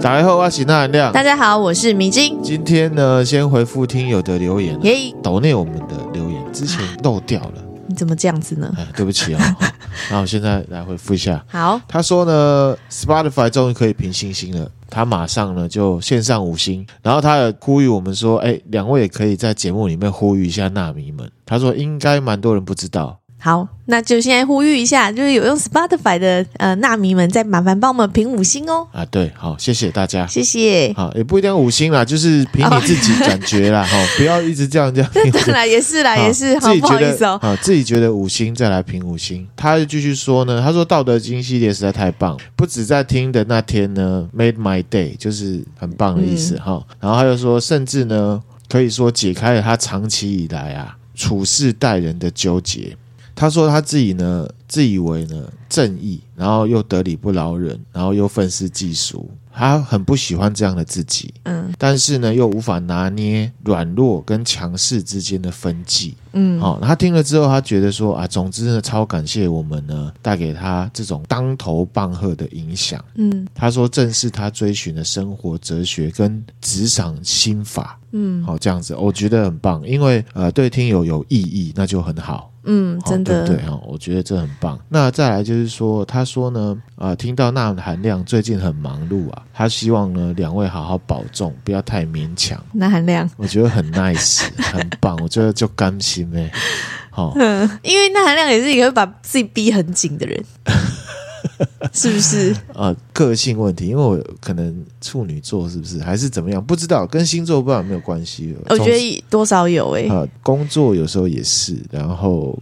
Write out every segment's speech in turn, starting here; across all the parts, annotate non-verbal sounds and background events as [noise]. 打开后，我是那含亮。大家好，我是米晶。今天呢，先回复听友的留言啊，耶、抖内我们的留言之前漏掉 [laughs] 了，你怎么这样子呢？哎，对不起哦。然后现在来回复一下，好，他说呢，Spotify 终于可以评星星了，他马上呢就线上五星，然后他也呼吁我们说，哎，两位也可以在节目里面呼吁一下纳迷们。他说应该蛮多人不知道，好，那就现在呼吁一下，就是有用 Spotify 的呃纳迷们，再麻烦帮我们评五星哦，啊，对，好，谢谢大家。谢 [laughs] 谢。好，也不一定要五星啦，就是凭你自己感觉 [laughs] 哦啦，哈、不要一直这样这样。那当然也是啦，也是，啊自好己不觉好得意思哦？啊，自己觉得五星再来评五星。他就继续说呢，他说《道德经》系列实在太棒，不止在听的那天呢，made my day，就是很棒的意思嗯哈、然后他又说，甚至呢，可以说解开了他长期以来啊处事待人的纠结。他说他自己呢，自以为呢正义，然后又得理不饶人，然后又愤世嫉俗，他很不喜欢这样的自己。嗯但是呢，又无法拿捏软弱跟强势之间的分际。嗯，哦，他听了之后，他觉得说啊，总之呢，超感谢我们呢带给他这种当头棒喝的影响。嗯他说，正是他追寻的生活哲学跟职场心法。嗯好、这样子我觉得很棒，因为呃，对听友有意义，那就很好。嗯，真哦、的，对不对哦，我觉得这很棒。那再来就是说，他说呢，呃，听到那含量最近很忙碌啊，他希望呢两位好好保重，不要太勉强。那含量，我觉得很 nice，很棒，我觉得就甘心哎、好、嗯， [laughs] 因为那含量也是一个会把自己逼很紧的 [laughs] 人，是不是？呃，个性问题，因为我可能处女座是不是还是怎么样，不知道跟星座不知道有没有关系。哦我觉总得多少有欸诶、是呃，工作有时候也是，然后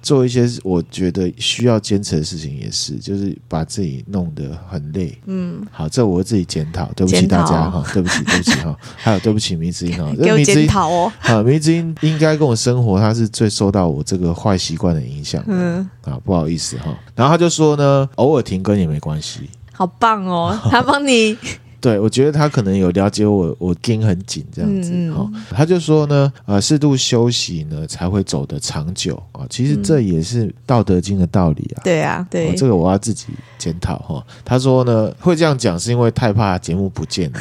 做一些我觉得需要坚持的事情也是，就是把自己弄得很累。嗯，好，这我自己检讨，对不起检大讨家哈、对不起，对不起哈、还有对不起迷之音哈， [laughs] 给这我迷之检音讨哦。啊，迷之音应该跟我生活，他是最受到我这个坏习惯的影响的。嗯，啊，不好意思哈。然后他就说呢，偶尔停更也没关系。 [laughs] 好棒哦，他帮你，对，我觉得他可能有了解我，我筋很紧这样子嗯嗯哈、他就说呢，呃，适度休息呢，才会走得长久啊。其实这也是《道德经》的道理啊。嗯对啊，对哦，这个我要自己检讨哈。他说呢，会这样讲是因为太怕节目不见 [laughs] 了。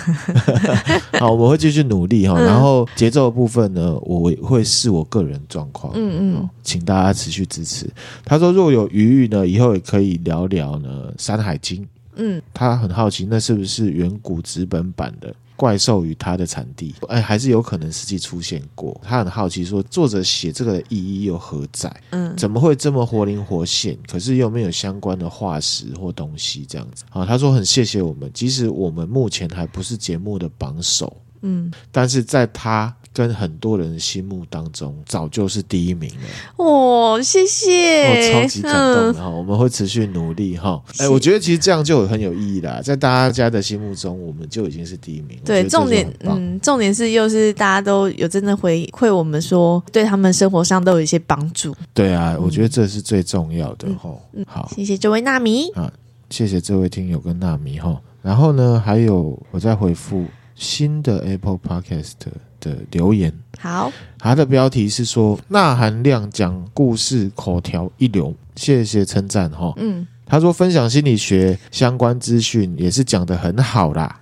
好，我们会继续努力哈。嗯然后节奏的部分呢，我会视我个人状况。嗯嗯哦，请大家持续支持。他说，若有余裕呢，以后也可以聊聊呢《山海经》。嗯，他很好奇，那是不是远古纸本版的怪兽与它的产地？哎，还是有可能实际出现过。他很好奇说，作者写这个的意义又何在？嗯怎么会这么活灵活现？可是又没有相关的化石或东西这样子啊？他说很谢谢我们，即使我们目前还不是节目的榜首，嗯，但是在他跟很多人的心目当中，早就是第一名了。哦，谢我、谢，超级感动的嗯哈、我们会持续努力哈。哎、是我觉得其实这样就很有意义啦，在大家的心目中，我们就已经是第一名。我觉得这对，就重点很，棒。嗯，重点是又是大家都有真的回馈我们说，对他们生活上都有一些帮助。对啊，我觉得这是最重要的哈、嗯好，谢谢这位纳米，谢谢这位听友跟纳米哈。然后呢，还有我在回复新的 Apple Podcast 的的留言，好，它的标题是说“钠含量讲故事口条一流”，谢谢称赞哈。嗯，他说分享心理学相关资讯也是讲得很好啦。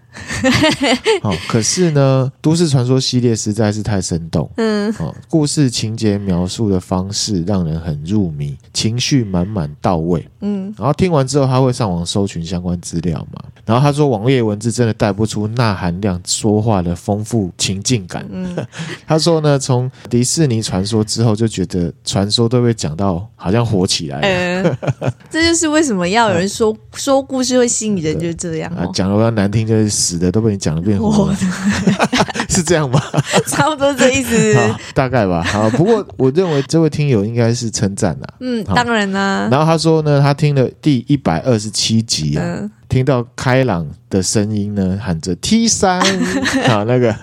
哦，可是呢，都市传说系列实在是太生动。嗯，哦，故事情节描述的方式让人很入迷，情绪满满到位。嗯，然后听完之后，他会上网搜寻相关资料嘛。然后他说，网页文字真的带不出钠含量说话的丰富情境感。嗯， [laughs] 他说呢，从迪士尼传说之后，就觉得传说都被讲到好像火起来了。呃， [laughs] 这就是为什么要有人说说故事会吸引人，就是这样哎啊哦哦，，讲的比较难听，就是死的都被你讲的变活活了， [laughs] 是这样吗？ [laughs] 差不多这意思 [laughs] 好。，大概吧。好，不过我认为这位听友应该是称赞啦。嗯，好当然啦，然后他说呢，他听了第一百二十七集啊，嗯，听到开朗的声音呢，喊着 T [laughs] 三啊，那个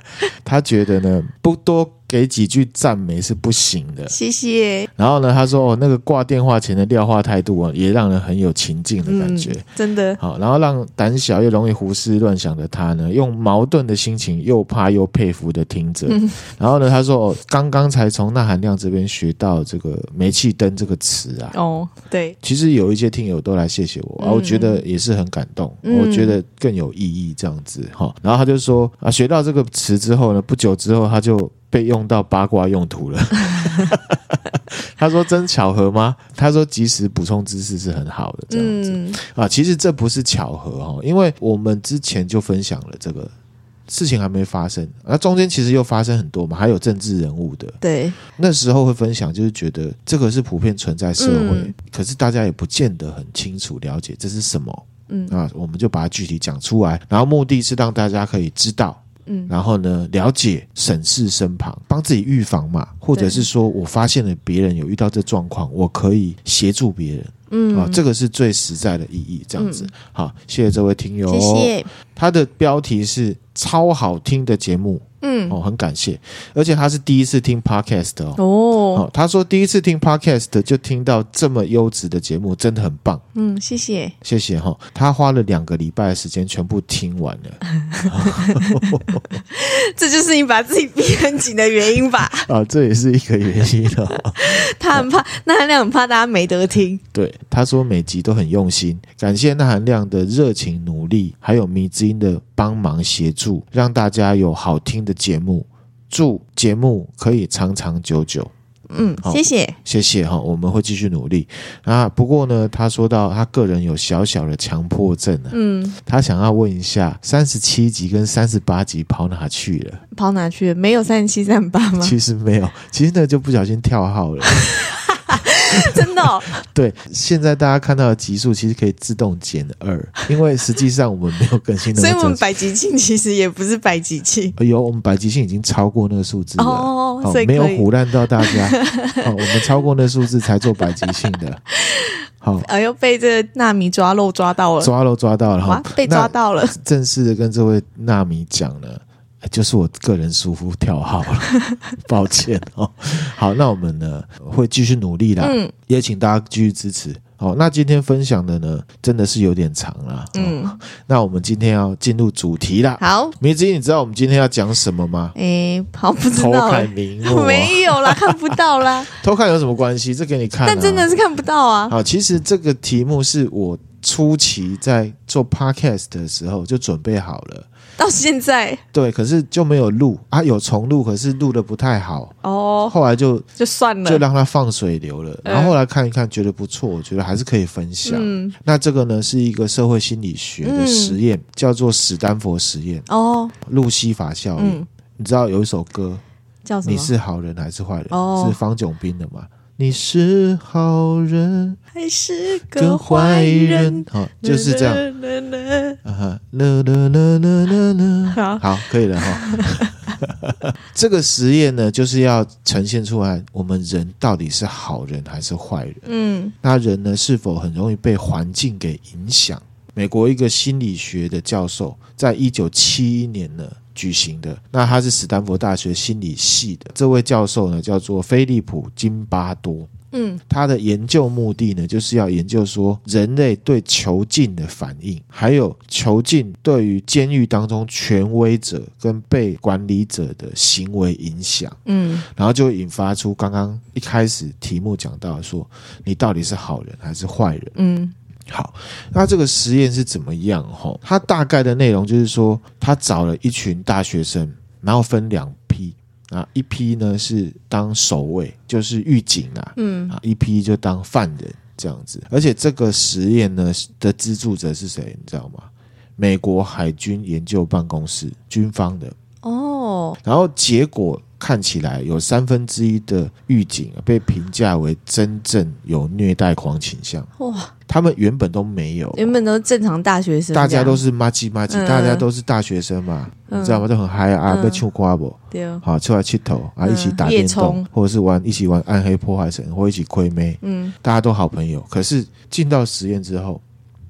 他觉得呢，不多给几句赞美是不行的。谢谢，然后呢，他说哦，那个挂电话前的撂话态度啊，也让人很有情境的感嗯觉。，真的，好，然后让胆小又容易胡思乱想的他呢，用矛盾的心情又怕又佩服的听着。嗯 [laughs] 然后呢，他说：“哦，刚刚才从钠含量这边学到这个煤气灯这个词啊。哦，对，其实有一些听友都来谢谢我、啊，嗯我觉得也是很感动，嗯我觉得更有意义这样子哈。然后他就说啊，学到这个词之后呢，不久之后他就被用到八卦用途了。 [laughs] 他说真巧合吗？他说及时补充知识是很好的这样子、嗯，啊。其实这不是巧合哦，因为我们之前就分享了这个。事情还没发生，那中间其实又发生很多嘛，还有政治人物的，对，那时候会分享，就是觉得这个是普遍存在社会，嗯可是大家也不见得很清楚了解这是什么嗯啊，我们就把它具体讲出来，然后目的是让大家可以知道。嗯然后呢，了解、审视身旁，帮自己预防嘛，或者对是说我发现了别人有遇到这状况，我可以协助别人嗯，啊，这个是最实在的意义。这样子，好，谢谢这位听友哦，谢谢，他的标题是超好听的节目嗯，哦，很感谢，而且他是第一次听 podcast 哦，哦，哦，他说第一次听 podcast 就听到这么优质的节目，真的很棒，嗯，谢谢，谢谢哈、他花了两个礼拜的时间全部听完 [laughs] 了这就是你把自己逼很紧的原因吧？啊，这也是一个原因哦。 [laughs] 他很怕，那含量很怕大家没得听，对，他说每集都很用心，感谢那含亮的热情努力，还有迷之音的帮忙协助，让大家有好听的节目。祝节目可以长长久久。嗯好，谢谢，谢谢哈，我们会继续努力啊。不过呢，他说到他个人有小小的强迫症啊，嗯，他想要问一下，三十七集跟三十八集跑哪去了？跑哪去了？没有三十七、三十八吗？其实没有，其实那就不小心跳号了。 [laughs] 真的、哦，对，现在大家看到的集数其实可以自动减二，因为实际上我们没有更新的 [laughs] 所以那我个们周期。百集庆其实也不是百集庆呃有，我们百集性已经超过那个数字了。哦好，所以没有可以。唬烂到大 [laughs] 家。好，我们超过那数字才做百集性的。好，哎呦，被这纳米抓漏抓到了，抓都抓到了哇哈，，被抓到了，正式的跟这位纳米讲呢，就是我个人疏忽跳号了， [laughs] 抱歉哦。好，那我们呢会继续努力啦，嗯也请大家继续支持。好，那今天分享的呢真的是有点长啦，嗯、嗯，那我们今天要进入主题啦。好，梅子，你知道我们今天要讲什么吗？哎，好，不知偷道看 [laughs] 哎，名目、啊，没有啦，看不到啦，偷看有什么关系？这给你看、啊，但真的是 [laughs] 看不到啊，好，其实这个题目是我初期在做 podcast 的时候就准备好了。到现在对，可是就没有录啊，有重录，可是录的不太好，哦，后来就就算就了，让它放水流了。嗯然后后来看一看，觉得不错，我觉得还是可以分享。嗯，那这个呢，是一个社会心理学的实验，叫做史丹佛实验，哦，路西法效应。嗯，你知道有一首歌，叫什你么？是好人还是坏人？哦是方炯斌的嘛？你是好人还是跟个坏坏人人，，好、就是这样。样。啊哈，啦啦啦啦啦啦。好，好，可以了哈。 [laughs] 这个实验呢，就是要呈现出来我们人到底是好人还是坏人。嗯那人呢，是否很容易被环境给影响？美国一个心理学的教授在一九七一年呢举行的，那他是史丹佛大学心理系的这位教授呢，叫做菲利普金巴多。嗯他的研究目的呢，就是要研究说人类对囚禁的反应，还有囚禁对于监狱当中权威者跟被管理者的行为影响，嗯然后就引发出刚刚一开始题目讲到的说，你到底是好人还是坏人？嗯好，那这个实验是怎么样？吼，它大概的内容就是说，他找了一群大学生，然后分两批啊，一批呢是当守卫，就是狱警啊，嗯啊，一批就当犯人这样子。而且这个实验呢的资助者是谁，你知道吗？美国海军研究办公室军方的。哦，然后结果看起来有三分之一的狱警啊被评价为真正有虐待狂倾向，哇，他们原本都没有。原本都是正常大学生这大样，家都是妈鸡妈鸡，嗯大家都是大学生嘛，嗯你知道吗？都很嗨啊，嗯被唱瓜不？对哦，好，出来气头啊，嗯一起打电动夜冲，或者是玩一起玩暗黑破坏神，或一起亏妹，嗯，大家都好朋友。可是进到实验之后，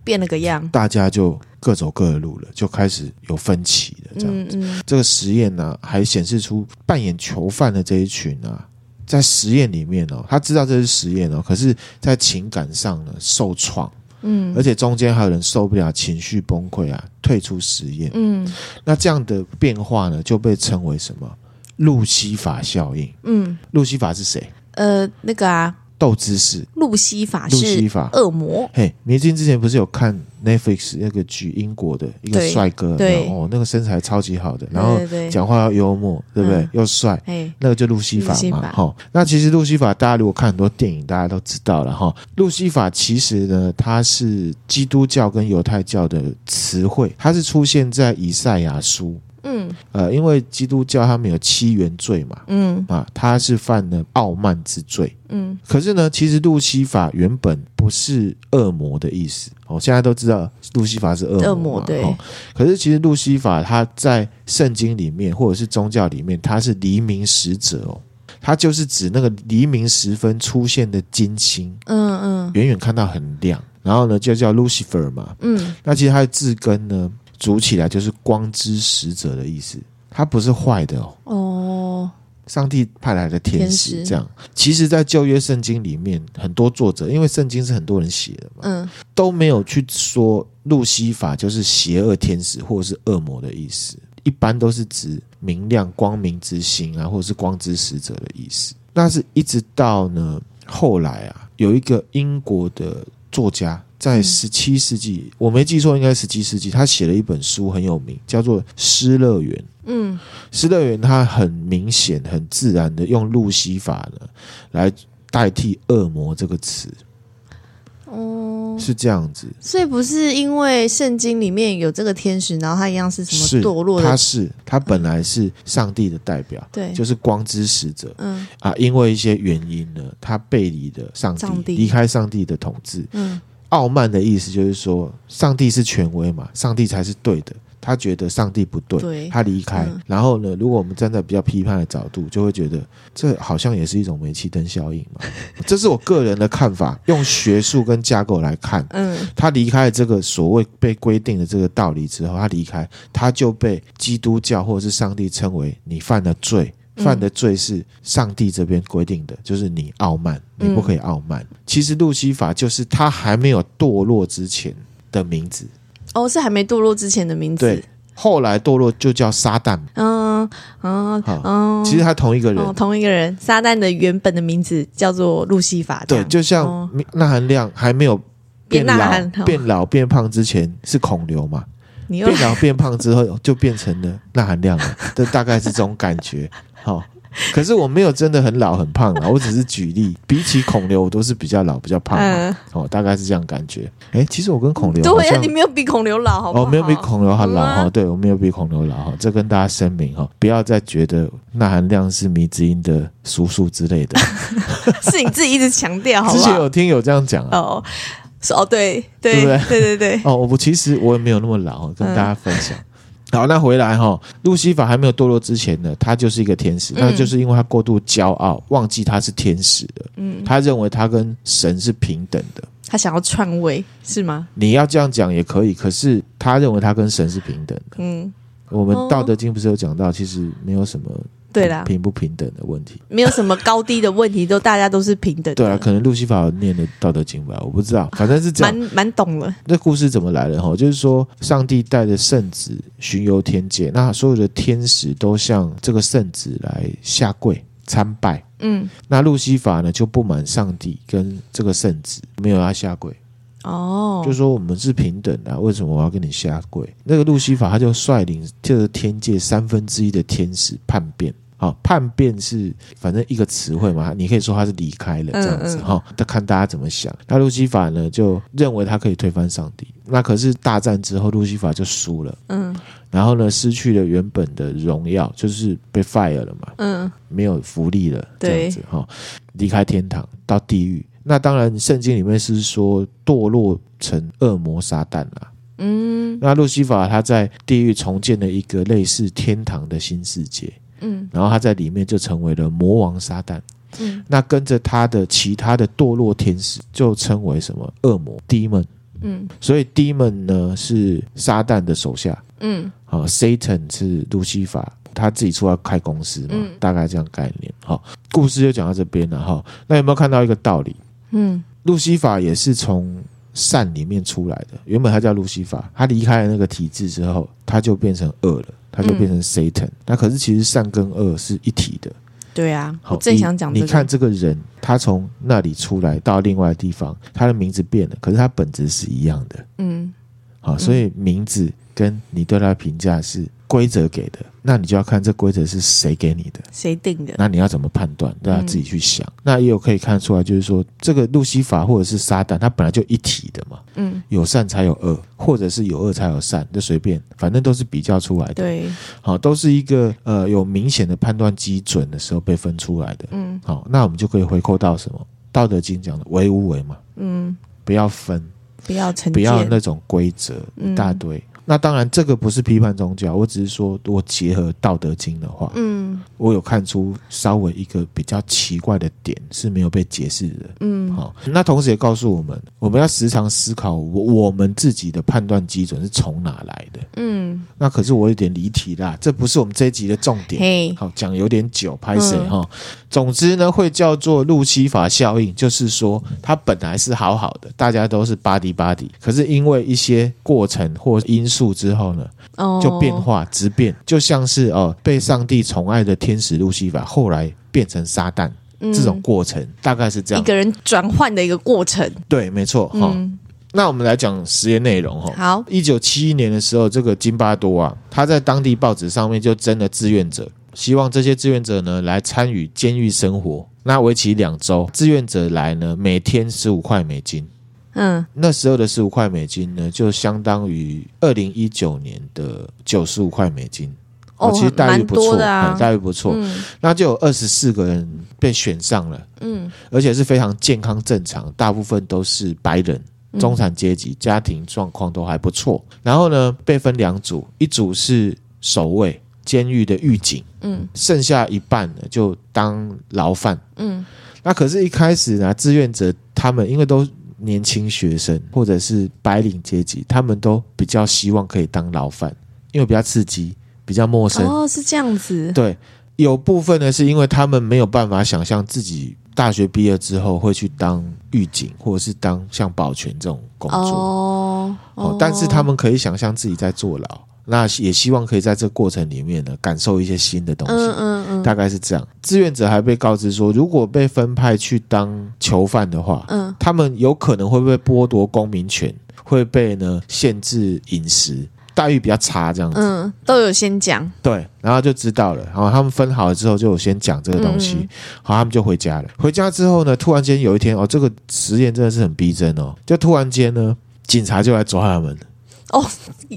变了个样，大家就各走各的路了，就开始有分歧了。这样，嗯嗯这个实验呢、还显示出扮演囚犯的这一群啊，在实验里面哦，他知道这是实验哦，可是在情感上呢受创，嗯而且中间还有人受不了情绪崩溃啊，退出实验。嗯那这样的变化呢，就被称为什么？路西法效应。嗯，路西法是谁？呃，那个啊，斗知识。路西法路西啊是法。恶魔，嘿，迷津之前不是有看 Netflix 那个剧，英国的一个对帅哥，对有没有哦，那个身材超级好的，然后对对对讲话要幽默，对不对嗯？又帅，哎，那个就路西法路西嘛，法哈、那其实路西法，大家如果看很多电影，大家都知道了哈、路西法其实呢，它是基督教跟犹太教的词汇，它是出现在以赛亚书。嗯呃，因为基督教他们有七原罪嘛，嗯啊，他是犯了傲慢之罪。嗯，可是呢，其实路西法原本不是恶魔的意思。哦，现在都知道路西法是恶魔嘛恶魔对哦。可是其实路西法他在圣经里面或者是宗教里面，他是黎明使者哦。他就是指那个黎明时分出现的金星，嗯嗯远远看到很亮，然后呢就叫 Lucifer 嘛。嗯那其实它的字根呢，组起来就是光之使者的意思，它不是坏的哦。哦，上帝派来的天天使，使这样。其实，在旧约圣经里面，很多作者，因为圣经是很多人写的嘛，嗯都没有去说路西法就是邪恶天使或者是恶魔的意思，一般都是指明亮、光明之星啊，或者是光之使者的意思。那是一直到呢后来啊，有一个英国的作家。在嗯十七世纪，我没记错，应该十七世纪，他写了一本书很有名，叫做《失乐园》。嗯失乐园它很明显、很自然的用路西法呢来代替恶魔这个词，哦，是这样子。所以不是因为圣经里面有这个天使，然后他一样是什是么堕落他的？是他本来是上帝的代表，对，就是光之使者嗯啊。因为一些原因呢，他背离了上帝，上帝离开上帝的统治。嗯傲慢的意思就是说，上帝是权威嘛，上帝才是对的。他觉得上帝不对，对他离开。嗯然后呢，如果我们站在比较批判的角度，就会觉得这好像也是一种煤气灯效应嘛。这是我个人的看法，用学术跟架构来看，嗯他离开这个所谓被规定的这个道理之后，他离开，他就被基督教或者是上帝称为你犯了罪。嗯犯的罪是上帝这边规定的，就是你傲慢，你不可以傲慢。嗯其实路西法就是他还没有堕落之前的名字，哦，是还没堕落之前的名字。对，后来堕落就叫撒旦。嗯嗯好嗯，其实他同一个人，哦，同一个人，撒旦的原本的名字叫做路西法，这对，样就像哦那含亮还没有变变呐老、喊哦变老、变胖之前是孔刘嘛，你又变老变胖之后就变成了钠含量了，这大概是这种感觉。好、可是我没有真的很老很胖啊，我只是举例，比起孔刘，我都是比较老比较胖嘛。嗯，哦，大概是这样感觉。哎，其实我跟孔刘好对呀，像你没有比孔刘老，好不哦，好？没有比孔刘还老嗯啊哈、哦，对我没有比孔刘老哈、哦，这跟大家声明哈、哦，不要再觉得钠含量是迷之音的叔叔之类的。 [laughs] 是你自己一直强调， [laughs] 好之不前好？有听友这样讲啊，哦，是哦，对对对不对对对对， [laughs] 哦，我不，其实我也没有那么老，跟大嗯家分享。 [laughs] 好，那回来哈、路西法还没有堕落之前呢，他就是一个天使，嗯那就是因为他过度骄傲，忘记他是天使了。嗯，他认为他跟神是平等的。他想要篡位是吗？你要这样讲也可以，可是他认为他跟神是平等的。嗯，我们哦《道德经》不是有讲到，其实没有什么对 [laughs] 啦，平不平等的问题。没有什么高低的问题，都大家都是平等的。对啊，可能路西法有念的《道德经》吧，我不知道，反正是这样蛮。蛮懂了。那故事怎么来的？哈，就是说，上帝带着圣子巡游天界，那所有的天使都向这个圣子来下跪参拜。嗯，那路西法呢，就不满上帝跟这个圣子没有要下跪，哦，就说我们是平等的、啊，为什么我要跟你下跪？那个路西法他就率领这个天界三分之一的天使叛变。好，叛变是反正一个词汇嘛，你可以说他是离开了这样子嗯嗯嗯哈，那、看大家怎么想。那路西法呢，就认为他可以推翻上帝。那可是大战之后，路西法就输了，嗯然后呢，失去了原本的荣耀，就是被 fire 了嘛。嗯没有福利了，这对样子哈、离开天堂到地狱。那当然，圣经里面是说堕落成恶魔撒旦啦、嗯那路西法他在地狱重建了一个类似天堂的新世界，嗯然后他在里面就成为了魔王撒旦。嗯那跟着他的其他的堕落天使就称为什么恶魔 demon。嗯所以 demon 呢是撒旦的手下，嗯啊、s a t a n 是路西法他自己出来开公司嘛，嗯大概这样概念。好、故事就讲到这边了哈、那有没有看到一个道理？嗯路西法也是从善里面出来的，原本他叫路西法，他离开了那个体制之后，他就变成恶了，他就变成嗯 Satan、那可是其实善跟恶是一体的。对啊，好我正想讲你这你看个。这个人，他从那里出来到另外地方，他的名字变了，可是他本质是一样的。嗯好，啊所以名字跟你对他的评价是规则给的，那你就要看这规则是谁给你的。谁定的？那你要怎么判断？大嗯家自己去想。那也有可以看出来，就是说这个路西法或者是撒旦，它本来就一体的嘛，嗯，有善才有恶，或者是有恶才有善，就随便，反正都是比较出来的。对，好，都是一个呃有明显的判断基准的时候被分出来的。嗯好，那我们就可以回扣到什么？道德经讲的唯无为嘛，嗯，不要分，不要成见，嗯不要那种规则一大堆。那当然，这个不是批判宗教，我只是说，我结合《道德经》的话，嗯我有看出稍微一个比较奇怪的点是没有被解释的。嗯，好，那同时也告诉我们，我们要时常思考我我们自己的判断基准是从哪来的。嗯，那可是我有点离题啦，这不是我们这一集的重点。嘿，好，讲有点久，拍谁嗯哈？总之呢，会叫做路西法效应，就是说它本来是好好的，大家都是巴迪巴迪，可是因为一些过程或因素之后呢，哦，就变化质变，就像是哦被上帝宠爱的天使路西法，后来变成撒旦嗯这种过程，大概是这一样。个人转换的一个过程。对，没错哈、嗯，那我们来讲实验内容哈。好，一九七一年的时候，这个津巴多啊，他在当地报纸上面就征了志愿者，希望这些志愿者呢来参与监狱生活。那为期两周，志愿者来呢，每天十五块美金。嗯那时候的十五块美金呢，就相当于二零一九年的九十五块美金。哦其实待遇不错，蛮多的啊嗯待遇不错。嗯那就有二十四个人被选上了，嗯而且是非常健康正常，大部分都是白人。嗯中产阶级家庭状况都还不错，然后呢，被分两组，一组是守卫监狱的狱警，嗯剩下一半呢就当牢犯。嗯那可是，一开始呢，志愿者他们因为都年轻学生或者是白领阶级，他们都比较希望可以当牢犯，因为比较刺激，比较陌生。哦，是这样 [laughs] 子，对，有部分呢是因为他们没有办法想象自己大学毕业之后会去当狱警，或者是当像保全这种工作。哦哦，但是他们可以想象自己在坐牢，那也希望可以在这过程里面呢，感受一些新的东西。嗯嗯嗯，大概是这样。志愿者还被告知说，如果被分派去当囚犯的话，嗯他们有可能会被剥夺公民权，会被呢限制饮食，待遇比较差这样子。嗯都有先讲，对，然后就知道了。然后他们分好了之后，就有先讲这个东西。嗯好，他们就回家了。回家之后呢，突然间有一天，哦，这个实验真的是很逼真哦。就突然间呢，警察就来抓他们。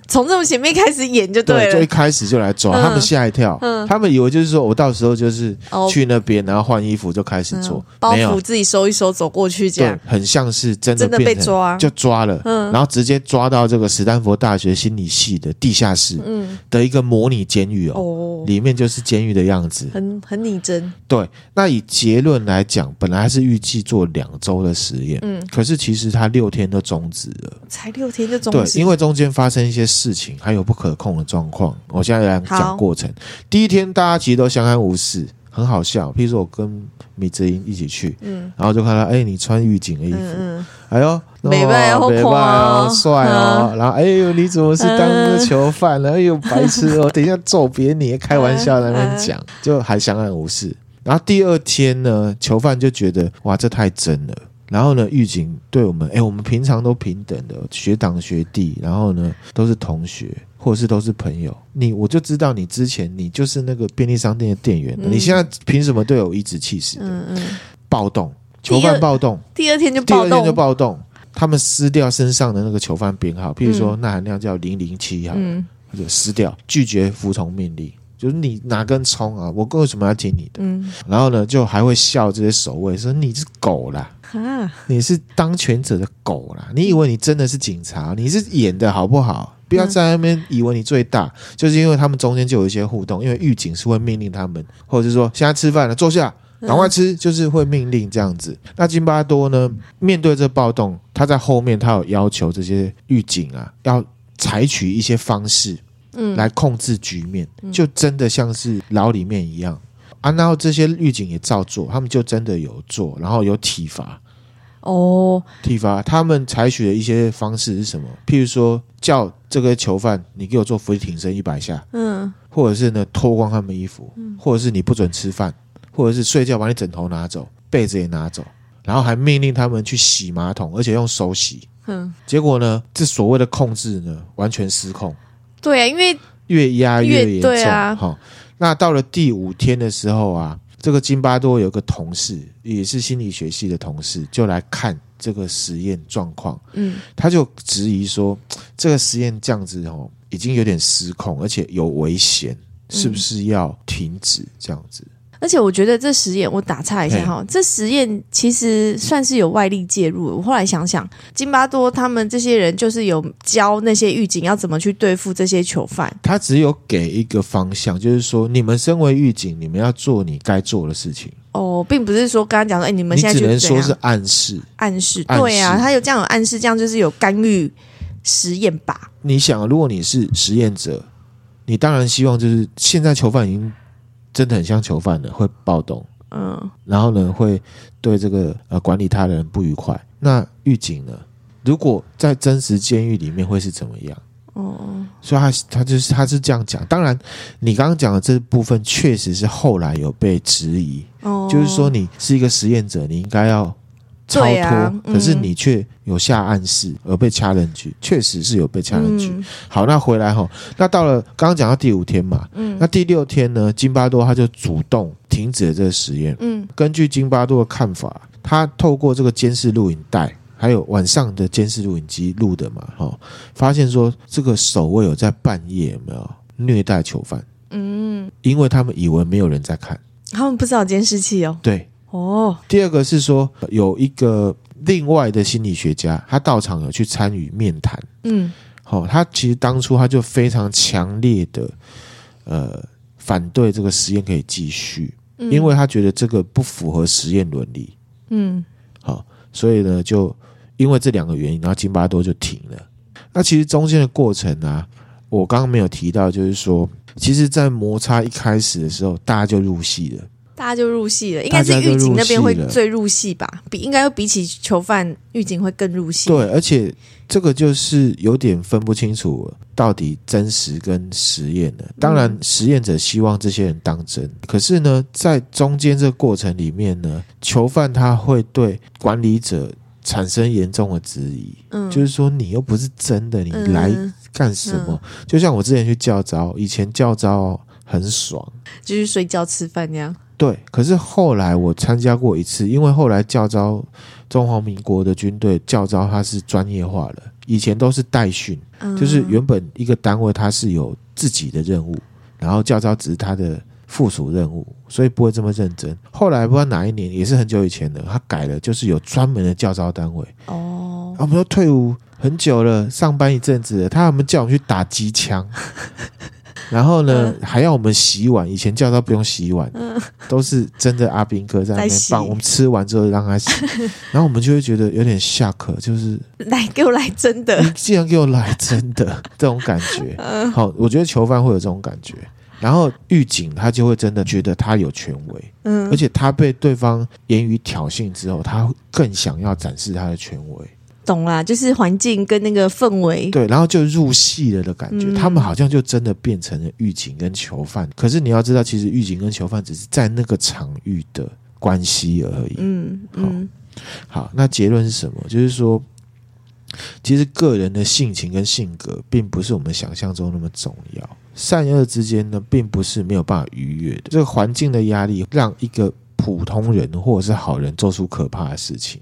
从这么前面开始演就对，就一了，开始就来抓，嗯他们吓一跳。嗯他们以为就是说我到时候就是哦，去那边，然后换衣服就开始做嗯，包没有袱。自己收一收，走过去这对样，，很像是真的真的变被成抓，就抓了，嗯然后直接抓到这个史丹佛大学心理系的地下室嗯的一个模拟监狱哦，哦，里面就是监狱的样子。很很拟真，对，那以结论来讲，本来是预计做两周的实验，嗯，可是其实它六天都终止了。才六天就对终，止，因为中间发生一些事情，还有不可控的状况。我现在来讲好过程。第一天大家其实都相安无事，很好笑。譬如说我跟米泽英一起去，嗯然后就看到，哎，你穿狱警的衣服，嗯嗯，哎呦，美败哦哦美败看哦，哦帅哦，然后哎呦，你怎么是当嗯囚犯了？哎呦，白痴哦，等一下揍扁你，开玩笑在那边讲，嗯就还相安无事。然后第二天呢，囚犯就觉得哇，这太真了。然后呢，狱警对我们，哎，我们平常都平等的，学长学弟，然后呢都是同学，或者是都是朋友。你我就知道你之前你就是那个便利商店的店员，嗯你现在凭什么对我颐指气使的？嗯嗯，暴动，第囚二犯暴动，第二天就第二暴天就动，暴动，他们撕掉身上的那个囚犯编号，譬如说那含量叫零零七号，嗯他就撕掉，拒绝服从命令。就是你哪根葱啊！我为什么要听你的？嗯，然后呢，就还会笑这些守卫说：“你是狗啦，哈， [laughs] 你是当权者的狗啦！你以为你真的是警察？你是演的好不好？不要在那边以为你最大，就是因为他们中间就有一些互动，因为狱警是会命令他们，或者是说现在吃饭了，坐下，赶快吃，就是会命令这样子。那津巴多呢，面对这暴动，他在后面他有要求这些狱警啊，要采取一些方式嗯，来控制局面，就真的像是牢里面一样啊。然后这些狱警也照做，他们就真的有做，然后有体罚。哦，体罚，他们采取的一些方式是什么？譬如说，叫这个囚犯，你给我做伏地挺身一百下，嗯或者是呢脱光他们衣服，或者是你不准吃饭，或者是睡觉把你枕头拿走，被子也拿走，然后还命令他们去洗马桶，而且用手洗。嗯，结果呢，这所谓的控制呢，完全失控，对啊，因为越压越严重。对啊好、那到了第五天的时候啊，这个津巴多有个同事，也是心理学系的同事，就来看这个实验状况，嗯他就质疑说，这个实验这样子哦，已经有点失控，而且有危险，嗯是不是要停止这样子？而且我觉得这实验，我打岔一下哈，这实验其实算是有外力介入。我后来想想，津巴多他们这些人就是有教那些狱警要怎么去对付这些囚犯。他只有给一个方向，就是说，你们身为狱警，你们要做你该做的事情。哦，并不是说刚刚讲说，哎、你们你现在只就能是这说样是暗示。暗示，暗示对啊，他有这样有暗示，这样就是有干预实验吧？你想，如果你是实验者，你当然希望就是现在囚犯已经真的很像囚犯了，会暴动，嗯，然后呢会对这个呃管理他的人不愉快。那狱警呢？如果在真实监狱里面会是怎么样？哦，所以他他就是他是这样讲。当然，你刚刚讲的这部分确实是后来有被质疑，哦，就是说你是一个实验者，你应该要超对脱，啊嗯可是你却有下暗示而被掐人去，确实是有被掐人去。嗯好，那回来哈，那到了刚刚讲到第五天嘛，嗯那第六天呢，津巴多他就主动停止了这个实验。嗯根据津巴多的看法，他透过这个监视录影带。还有晚上的监视录影机录的嘛，哈、发现说这个守卫有在半夜有没有虐待囚犯，嗯，因为他们以为没有人在看，他们不知道监视器哦，对，哦，第二个是说有一个另外的心理学家，他到场有去参与面谈。嗯好、他其实当初他就非常强烈的呃反对这个实验可以继续，嗯因为他觉得这个不符合实验伦理。嗯好、所以呢，就因为这两个原因，然后津巴多就停了。那其实中间的过程啊，我刚刚没有提到，就是说，其实，在摩擦一开始的时候，大家就入戏了。大家就入戏了，应该是大家就狱警那边会入戏了最入戏吧？比应该会比起囚犯，狱警会更入戏。对，而且这个就是有点分不清楚到底真实跟实验了。当嗯然，实验者希望这些人当真，可是呢，在中间这个过程里面呢，囚犯他会对管理者产生严重的质疑，嗯，就是说你又不是真的，你嗯来干什么？就像我之前去教招，以前教招很爽。就是睡觉吃饭那样。对，可是后来我参加过一次，因为后来教招中华民国的军队教招，它是专业化了，以前都是代训，嗯，就是原本一个单位它是有自己的任务，然后教招只是它的附属任务，所以不会这么认真。后来不知道哪一年，也是很久以前的，它改了，就是有专门的教招单位。哦啊，我们都退伍很久了，上班一阵子了，他们叫我们去打机 [laughs] 枪，然后呢、嗯还要我们洗碗。以前叫他不用洗碗， [laughs] 都是真的阿兵哥在那在边洗帮我们吃完之后让他洗，然后我们就会觉得有点下课，就是来给我来真你 [laughs] 的。嗯竟然给我来真的这种感觉。好，我觉得囚犯会有这种感觉。然后狱警他就会真的觉得他有权威，嗯而，且他被对方言语挑衅之后，他更想要展示他的权威。懂啦，就是环境跟那个氛围。对，然后就入戏了的感觉，嗯他们好像就真的变成了狱警跟囚犯。可是你要知道，其实狱警跟囚犯只是在那个场域的关系而已。嗯嗯好，那结论是什么？就是说，其实个人的性情跟性格，并不是我们想象中那么重要。善恶之间呢，并不是没有办法逾越的。这个环境的压力，让一个普通人或者是好人做出可怕的事情。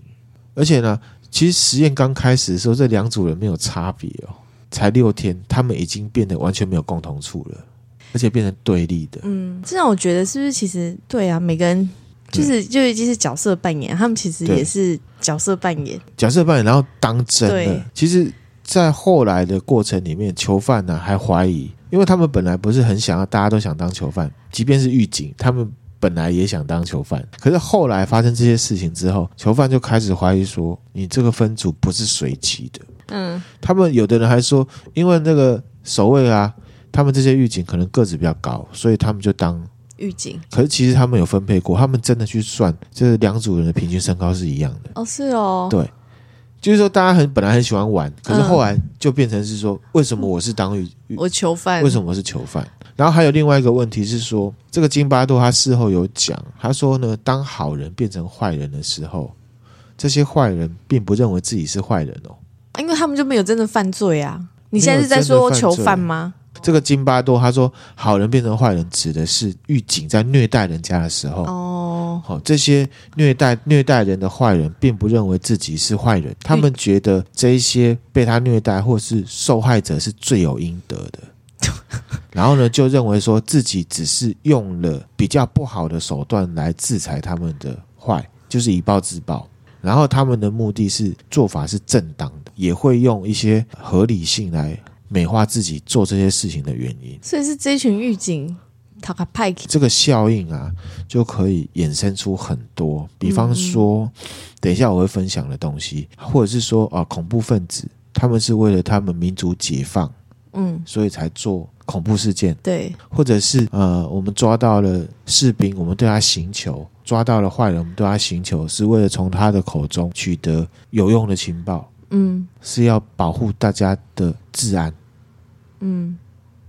而且呢，其实实验刚开始的时候，这两组人没有差别哦，才六天，他们已经变得完全没有共同处了，而且变成对立的。嗯，这让我觉得是不是其实对啊，每个人就是就已经是角色扮演，他们其实对也是角色扮演。角色扮演，然后当真对了。其实，在后来的过程里面，囚犯呢、还怀疑，因为他们本来不是很想要，大家都想当囚犯，即便是狱警，他们本来也想当囚犯。可是后来发生这些事情之后，囚犯就开始怀疑说，你这个分组不是随机的。嗯他们有的人还说，因为那个守卫啊，他们这些狱警可能个子比较高，所以他们就当。预警可是其实他们有分配过，他们真的去算，就是两组人的平均身高是一样的。哦，是哦，对就是说，大家很本来很喜欢玩，可是嗯后来就变成是说，为什么我是当狱，我囚犯为什么我是囚犯？然后还有另外一个问题是说，这个津巴多他事后有讲，他说呢，当好人变成坏人的时候，这些坏人并不认为自己是坏人哦，啊因为他们就没有真的犯罪啊。你现在是在说囚犯吗？这个津巴多他说，好人变成坏人指的是狱警在虐待人家的时候，哦，好、这些虐待虐待人的坏人，并不认为自己是坏人，他们觉得这一些被他虐待或是受害者是罪有应得的。然后呢，就认为说自己只是用了比较不好的手段来制裁他们的坏，就是以暴制暴。然后他们的目的是做法是正当的，也会用一些合理性来美化自己做这些事情的原因。所以是这群狱警塔卡派克这个效应啊，就可以衍生出很多，比方说，嗯等一下我会分享的东西，或者是说啊，恐怖分子他们是为了他们民族解放，嗯，所以才做恐怖事件，对，或者是呃，我们抓到了士兵，我们对他行求；抓到了坏人，我们对他行求，是为了从他的口中取得有用的情报，嗯是要保护大家的治安。嗯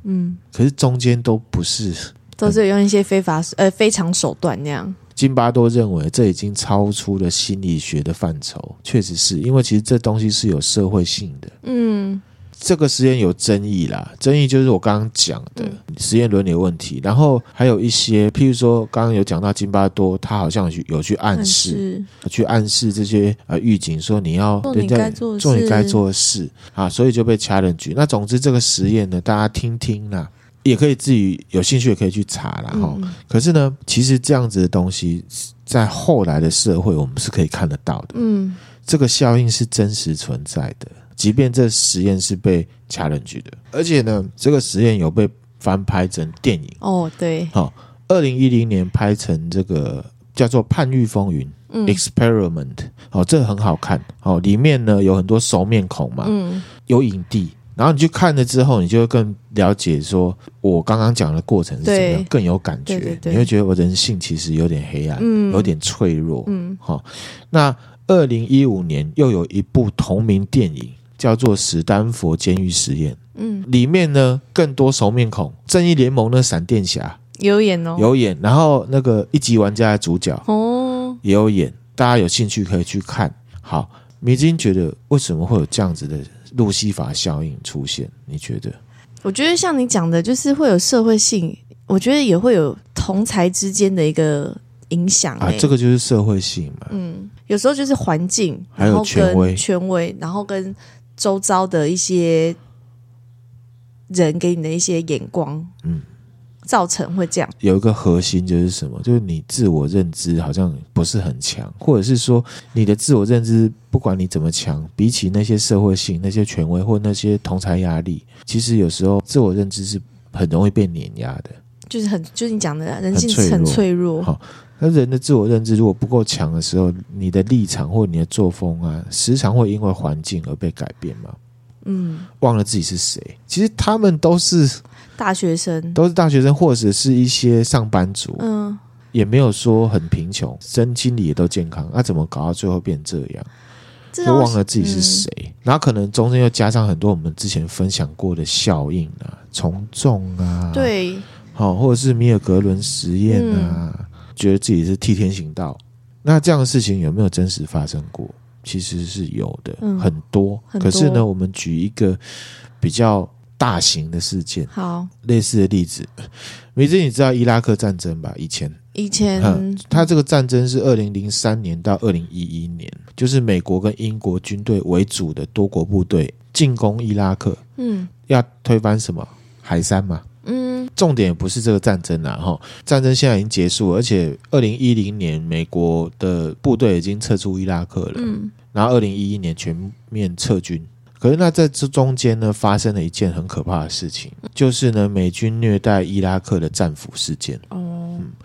嗯，可是中间都不是都是有用一些非法呃非常手段那样。津巴多认为这已经超出了心理学的范畴，确实是因为其实这东西是有社会性的。嗯这个实验有争议啦，争议就是我刚刚讲的、实验伦理问题，然后还有一些，譬如说刚刚有讲到津巴多，他好像有去有去暗示，去暗示这些呃狱警说你要做人你家该做的做你事该做的事啊，所以就被 challenge。那总之这个实验呢，大家听听啦，也可以自己有兴趣也可以去查啦哈。嗯可是呢，其实这样子的东西，在后来的社会，我们是可以看得到的。嗯这个效应是真实存在的，即便这实验是被 challenge 的，而且呢，这个实验有被翻拍成电影，哦对，二零一零年拍成这个叫做《叛狱风云》嗯 experiment，哦，这个很好看哦，里面呢有很多熟面孔嘛，嗯有影帝。然后你去看了之后，你就会更了解说，我刚刚讲的过程是怎么样，对更有感觉。对对对你会觉得我人性其实有点黑暗，嗯有点脆弱。嗯好、那二零一五年又有一部同名电影叫做《史丹佛监狱实验》，嗯，里面呢更多熟面孔，正义联盟的闪电侠有演哦，有演，然后那个一级玩家的主角哦，也有演，大家有兴趣可以去看。好，迷津觉得为什么会有这样子的路西法效应出现？你觉得？我觉得像你讲的，就是会有社会性，我觉得也会有同才之间的一个影响、啊欸。，这个就是社会性嘛。嗯，有时候就是环境，还有然后权威跟权威，然后跟周遭的一些人给你的一些眼光，嗯，造成会这样。有一个核心就是什么？就是你自我认知好像不是很强，或者是说你的自我认知，不管你怎么强，比起那些社会性、那些权威或那些同才压力，其实有时候自我认知是很容易被碾压的。就是很，就是你讲的人性很脆弱很脆弱，好那人的自我认知如果不够强的时候，你的立场或你的作风啊，时常会因为环境而被改变嘛。嗯，忘了自己是谁，其实他们都是大学生，都是大学生，或者是一些上班族，嗯，也没有说很贫穷，身心理也都健康，那、怎么搞到最后变这样？这就让忘了自己是谁，嗯然后可能中间又加上很多我们之前分享过的效应啊，从众啊，，对，好、或者是米尔格伦实验啊，嗯觉得自己是替天行道，那这样的事情有没有真实发生过？其实是有的，嗯很多。很可是呢，多我们举一个比较大型的事件，好，类似的例子，米子，你知道伊拉克战争吧？以前。以前嗯，它这个战争是二零零三年到二零一一年，就是美国跟英国军队为主的多国部队进攻伊拉克，嗯要推翻什么海山嘛？嗯重点不是这个战争啦，哈，战争现在已经结束了，而且二零一零年美国的部队已经撤出伊拉克了，嗯然后二零一一年全面撤军。可是那在这中间呢，发生了一件很可怕的事情，就是呢美军虐待伊拉克的战俘事件。哦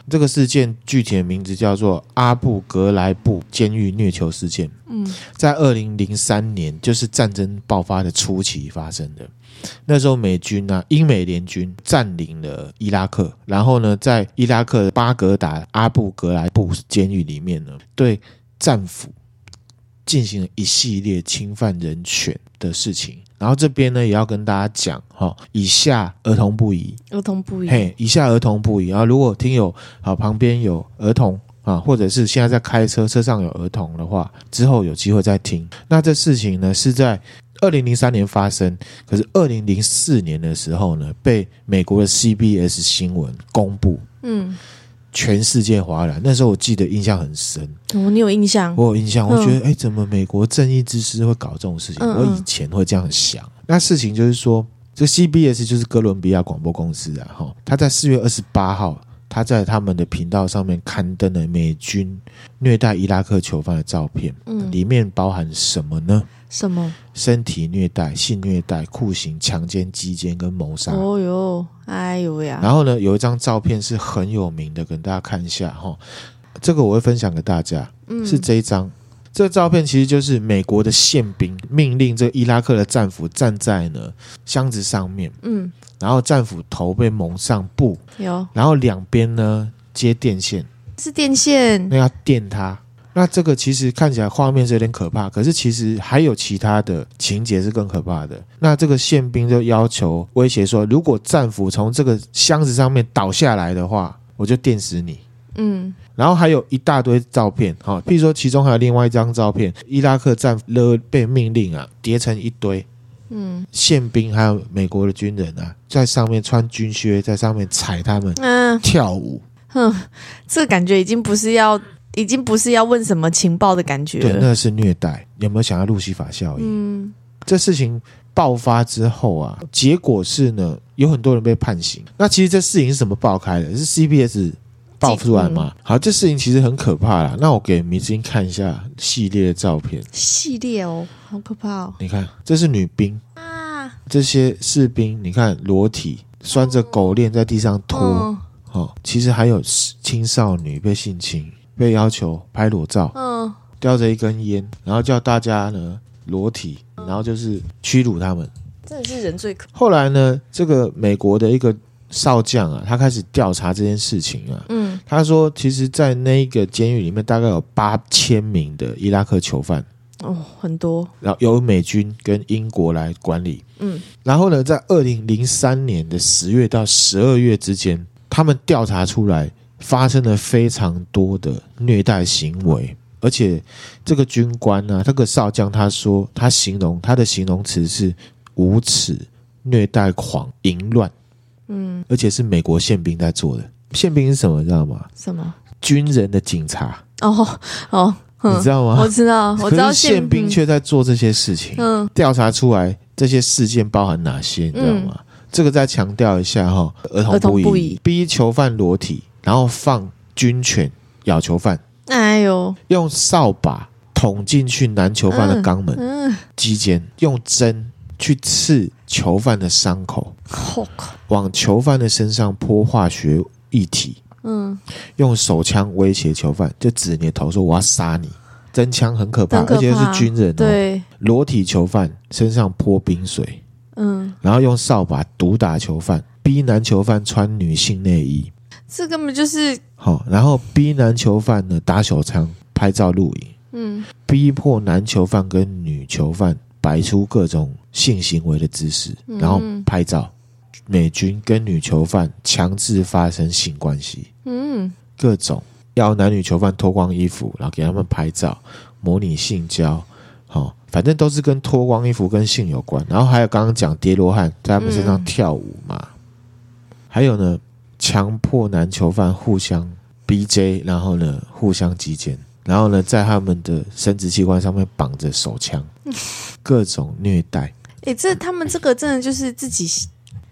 这个事件具体的名字叫做阿布格莱布监狱虐囚事件，嗯在二零零三年，就是战争爆发的初期发生的。那时候美军啊，英美联军占领了伊拉克，然后呢，在伊拉克的巴格达阿布格莱布监狱里面呢，对战俘进行了一系列侵犯人权的事情。然后这边呢，也要跟大家讲哈、哦，以下儿童不宜，儿童不宜，嘿，以下儿童不宜啊！如果听友啊旁边有儿童啊，或者是现在在开车，车上有儿童的话，之后有机会再听。那这事情呢是在二零零三年发生，可是二零零四年的时候呢，被美国的 CBS 新闻公布，嗯，全世界哗然。那时候我记得印象很深，哦，你有印象？我有印象，我嗯觉得哎、怎么美国正义之师会搞这种事情？嗯我嗯以前会这样想。那事情就是说，这 CBS 就是哥伦比亚广播公司啊，哈，他在四月二十八号，他在他们的频道上面刊登了美军虐待伊拉克囚犯的照片，嗯，里面包含什么呢？什么？身体虐待、性虐待、酷刑、强奸、鸡奸跟谋杀。哦哟，哎呦呀！然后呢，有一张照片是很有名的，跟大家看一下哈。这个我会分享给大家，嗯是这一张。这个照片其实就是美国的宪兵命令这个伊拉克的战俘站在呢箱子上面，嗯，然后战俘头被蒙上布，有然后两边呢接电线，是电线那要电他。那这个其实看起来画面是有点可怕，可是其实还有其他的情节是更可怕的。那这个宪兵就要求威胁说，如果战俘从这个箱子上面倒下来的话，我就电死你。嗯，然后还有一大堆照片，哈、譬如说其中还有另外一张照片，伊拉克战俘勒被命令啊叠成一堆，嗯，宪兵还有美国的军人啊，在上面穿军靴，在上面踩他们那、跳舞，这感觉已经不是要，已经不是要问什么情报的感觉对，了。那是虐待。有没有想要路西法效应？嗯这事情爆发之后啊，结果是呢，有很多人被判刑。那其实这事情是怎么爆开的？是 CBS 爆出来嘛？好，这事情其实很可怕啦。那我给迷之音看一下系列的照片，系列哦，好可怕哦你看，这是女兵，啊！这些士兵，你看裸体。拴着狗链在地上拖，嗯哦，其实还有青少女被性侵，被要求拍裸照，嗯叼着一根烟，然后叫大家呢裸体，然后就是屈辱他们。真的是人最可后来呢，这个美国的一个少将啊，他开始调查这件事情啊。嗯他说，其实，在那一个监狱里面，大概有八千名的伊拉克囚犯，哦，很多然后由美军跟英国来管理。嗯然后呢，在二零零三年的十月到十二月之间，他们调查出来发生了非常多的虐待行为，而且这个军官呢、这个少将他说，他形容他的形容词是无耻、虐待狂、淫乱，嗯而且是美国宪兵在做的。宪兵是什么？你知道吗？什么军人的警察，哦哦，你知道吗？我知道我知道可是宪兵却在做这些事情。嗯调查出来这些事件包含哪些，你知道吗？这个再强调一下哈，儿童儿童不宜不宜逼囚犯裸体，然后放军犬咬囚犯，哎呦用扫把捅进去男囚犯的肛门、嗯，肌间，用针去刺囚犯的伤口，好可往囚犯的身上泼化学液体，嗯用手枪威胁囚犯，就指你的头说我要杀你。真枪很可怕，很可而且又怕是军人、哦，，对裸体囚犯身上泼冰水，嗯，然后用扫把毒打囚犯，逼男囚犯穿女性内衣，这根本就是好、然后逼男囚犯呢打手枪、拍照录影，嗯逼迫男囚犯跟女囚犯摆出各种性行为的姿势，嗯然后拍照。美军跟女囚犯强制发生性关系，嗯各种要男女囚犯脱光衣服，然后给他们拍照，模拟性交，好、反正都是跟脱光衣服跟性有关。然后还有刚刚讲叠罗汉在他们身上嗯跳舞嘛，还有呢，强迫男囚犯互相 BJ，然后呢互相击奸，然后呢在他们的生殖器官上面绑着手 [laughs] 枪，各种虐待，哎、这他们这个真的就是自己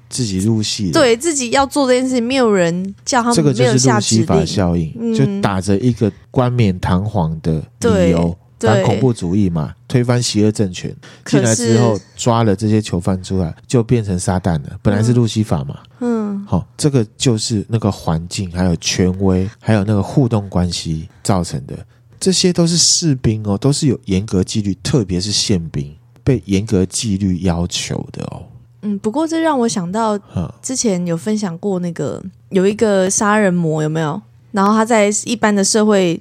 自己入戏了。对自己要做这件事情，没有人叫他这个们，没就有是下路指西法令，效应，嗯就打着一个冠冕堂皇的理对由，反对，恐怖主义嘛，推翻邪恶政权。可进来之后是抓了这些囚犯出来，就变成撒旦了。本来是路西法嘛，嗯好、这个就是那个环境，还有权威，还有那个互动关系造成的。这些都是士兵哦，都是有严格纪律，特别是宪兵被严格纪律要求的哦。嗯，不过这让我想到哈，之前有分享过那个有一个杀人魔有没有？然后他在一般的社会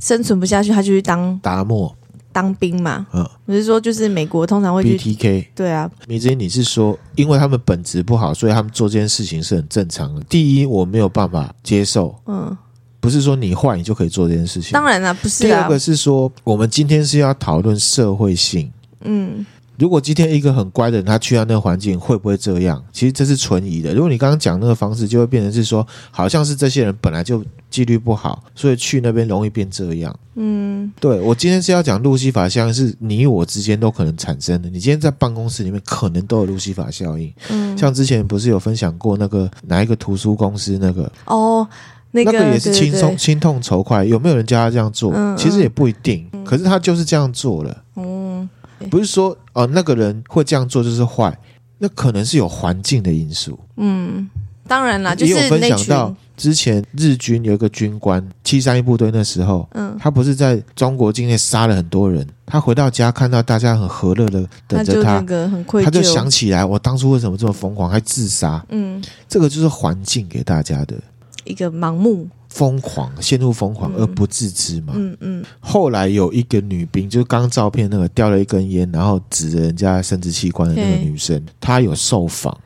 生存不下去，他就去当达莫，当兵嘛。嗯我是说，就是美国通常会去，BTK，对啊，米之音，你是说，因为他们本质不好，所以他们做这件事情是很正常的。第一，我没有办法接受，嗯，不是说你坏你就可以做这件事情。当然啦，不是第啊二，个是说，我们今天是要讨论社会性，嗯如果今天一个很乖的人，他去到那个环境会不会这样？其实这是存疑的。如果你刚刚讲那个方式，就会变成是说，好像是这些人本来就纪律不好，所以去那边容易变这样。嗯，对我今天是要讲路西法效应，是你我之间都可能产生的。你今天在办公室里面可能都有路西法效应。嗯像之前不是有分享过那个哪一个图书公司那个，哦，那个那个也是轻松对对对心痛仇快，有没有人叫他这样做？嗯其实也不一定，可是他就是这样做了。嗯，不是说哦、那个人会这样做就是坏，那可能是有环境的因素。嗯，当然啦，就也有是分那享到群，之前日军有一个军官七三一部队那时候，嗯，他不是在中国境内杀了很多人，他回到家看到大家很和乐的等就着他。那个很愧疚，他就想起来，我当初为什么这么疯狂，还自杀？嗯，这个就是环境给大家的一个盲目，疯狂，陷入疯狂嗯而不自知嘛。嗯嗯后来有一个女兵，就是刚照片那个掉了一根烟，然后指着人家生殖器官的那个嘿女生，她有受访，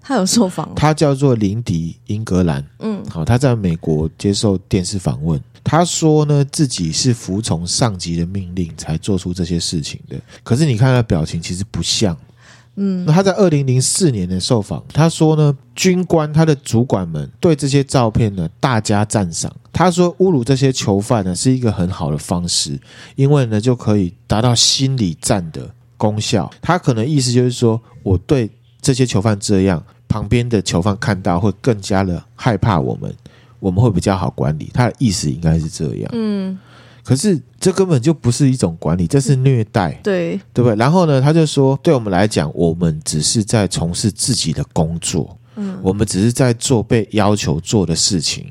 他有受访哦，她叫做林迪·英格兰。嗯好，她在美国接受电视访问，她说呢自己是服从上级的命令才做出这些事情的。可是你看她表情，其实不像。嗯那她在二零零四年的受访，她说呢，军官他的主管们对这些照片呢大加赞赏。她说侮辱这些囚犯呢是一个很好的方式，因为呢就可以达到心理战的功效。她可能意思就是说，我对这些囚犯这样，旁边的囚犯看到会更加的害怕我们，我们会比较好管理。她的意思应该是这样，嗯，可是这根本就不是一种管理，这是虐待。对，对不对？然后呢，他就说，对我们来讲，我们只是在从事自己的工作，嗯我们只是在做被要求做的事情，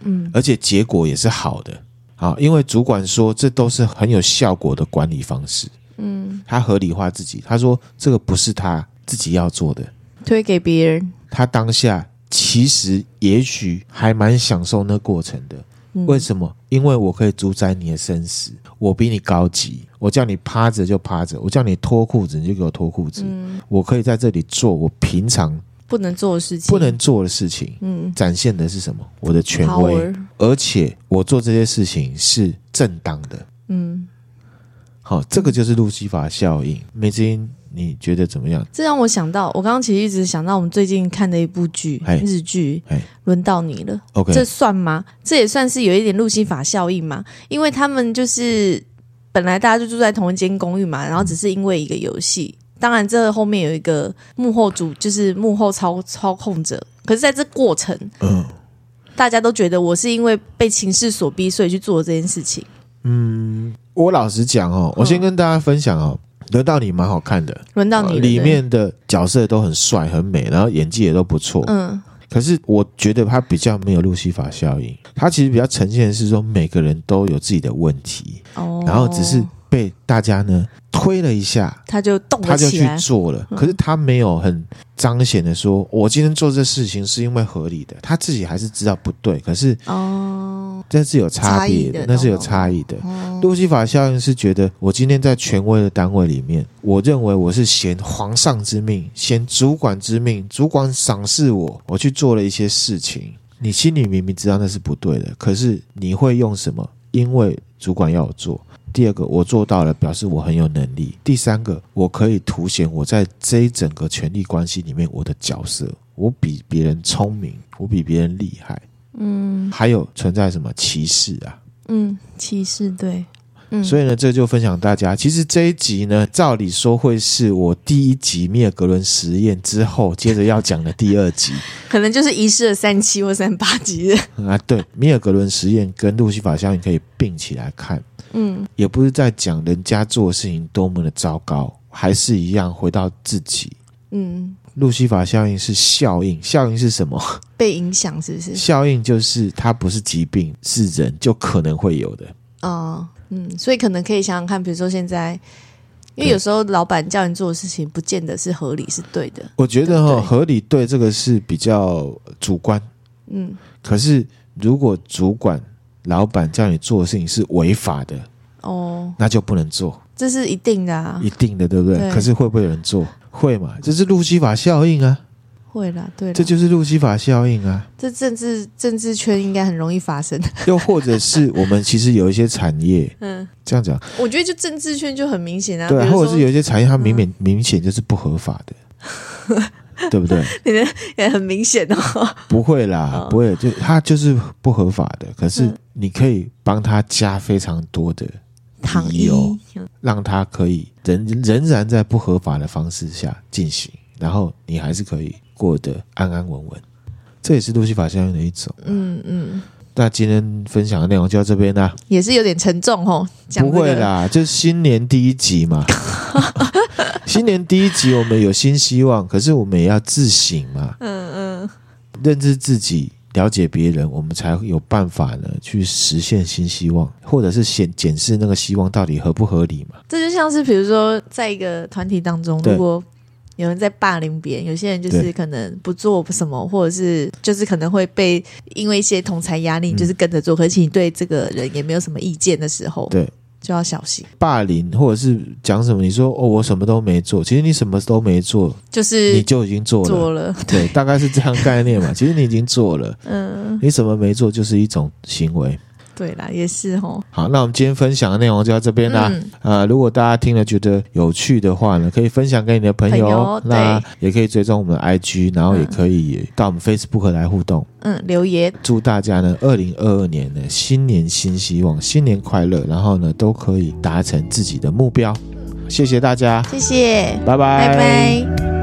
嗯而且结果也是好的啊，因为主管说这都是很有效果的管理方式，嗯，他合理化自己，他说这个不是他自己要做的，嗯推给别人，他当下其实也许还蛮享受那过程的，嗯为什么？因为我可以主宰你的生死，我比你高级，我叫你趴着就趴着，我叫你脱裤子你就给我脱裤子，嗯我可以在这里做我平常不能做的事情，不能做的事情，嗯展现的是什么？我的权威， ，power，而且我做这些事情是正当的。嗯，好，这个就是路西法效应。梅子英，你觉得怎么样？这让我想到，我刚刚其实一直想到我们最近看的一部剧嘿，日剧嘿，轮到你了。 ？OK，这算吗？这也算是有一点路西法效应嘛，因为他们就是本来大家就住在同一间公寓嘛，然后只是因为一个游戏，当然这后面有一个幕后主，就是幕后操操控者。可是在这过程，嗯大家都觉得我是因为被情势所逼，所以去做这件事情。我老实讲哦，嗯我先跟大家分享哦，轮到你蛮好看的，轮到你了，哦里对面的角色都很帅很美，然后演技也都不错。嗯可是我觉得他比较没有路西法效应，他其实比较呈现的是说每个人都有自己的问题，哦，然后只是被大家呢推了一下，他就动他了就起去来，嗯做了。可是他没有很彰显的说，我今天做这事情是因为合理的，他自己还是知道不对，可是哦这是有差别差异的的，那是有差异的。哦，路西法效应是觉得我今天在权威的单位里面，我认为我是衔皇上之命，衔主管之命，主管赏识我，我去做了一些事情。你心里明明知道那是不对的，可是你会用什么？因为主管要我做。第二个，我做到了，表示我很有能力。第三个，我可以凸显我在这一整个权力关系里面我的角色，我比别人聪明，我比别人厉害。嗯还有存在什么歧视啊？嗯，歧视对，嗯，所以以呢，这就分享大家。其实这一集呢，照理说会是我第一集灭格伦实验之后接着要讲的第二 [laughs] 集可能就是遗失了三七或三八级的，啊。对，灭格伦实验跟路西法效应可以并起来看，嗯也不是在讲人家做的事情多么的糟糕，还是一样回到自己。嗯，路西法效应是效应，效应是什么？被影响是不是？效应就是它不是疾病，是人就可能会有的。哦，嗯，所以可能可以想想看，比如说现在，因为对有时候老板叫你做的事情，不见得是合理，是对的。我觉得对哈，不对合理对这个是比较主观。嗯，可是如果主管、老板叫你做的事情是违法的，哦，那就不能做，这是一定的啊嗯一。定的，对不对？对可是会不会有人做？会嘛？这是路西法效应啊！会啦，对啦，这就是路西法效应 [laughs] 啊。这政治政治圈应该很容易发生。又或者是我们其实有一些产业，嗯，这样讲我觉得就政治圈就很明显啊，对啊，比如或说嗯者是有一些产业它明显明显就是不合法的， [laughs] 对不对？也很明显 [laughs] 哦，不会啦，嗯不会，就它就是不合法的，可是嗯你可以帮他加非常多的躺理衣由，让他可以仍仍然在不合法的方式下进行，然后你还是可以过得安安稳稳。这也是路西法效应的一种。嗯嗯，那今天分享的内容就到这边啦，也是有点沉重哦，讲不这个会啦，就是新年第一集嘛。新年第一集我们有新希望，可是我们也要自省嘛，嗯嗯，认知自己。了解别人，我们才有办法呢去实现新希望，或者是检检视那个希望到底合不合理嘛？这就像是比如说，在一个团体当中，对如果有人在霸凌别人，有些人就是对可能不做什么，或者是就是可能会被因为一些同才压嗯力，你就是跟着做，可是你对这个人也没有什么意见的时候，对，就要小心，霸凌或者是讲什么，你说哦我什么都没做，其实你什么都没做，就是你就已经做了，做了，对，大概是这样概念嘛。其 [laughs] 实你已经做了，嗯，你什么没做就是一种行为。对啦，也是哦，好，那我们今天分享的内容就到这边啦。嗯，呃，如果大家听了觉得有趣的话呢，可以分享给你的朋友，朋友那也可以追踪我们的 IG，然后也可以到我们 Facebook 来互动。嗯，留言祝大家呢，二零二二年呢，新年新希望，新年快乐，然后呢，都可以达成自己的目标。谢谢大家，谢谢，拜拜，拜拜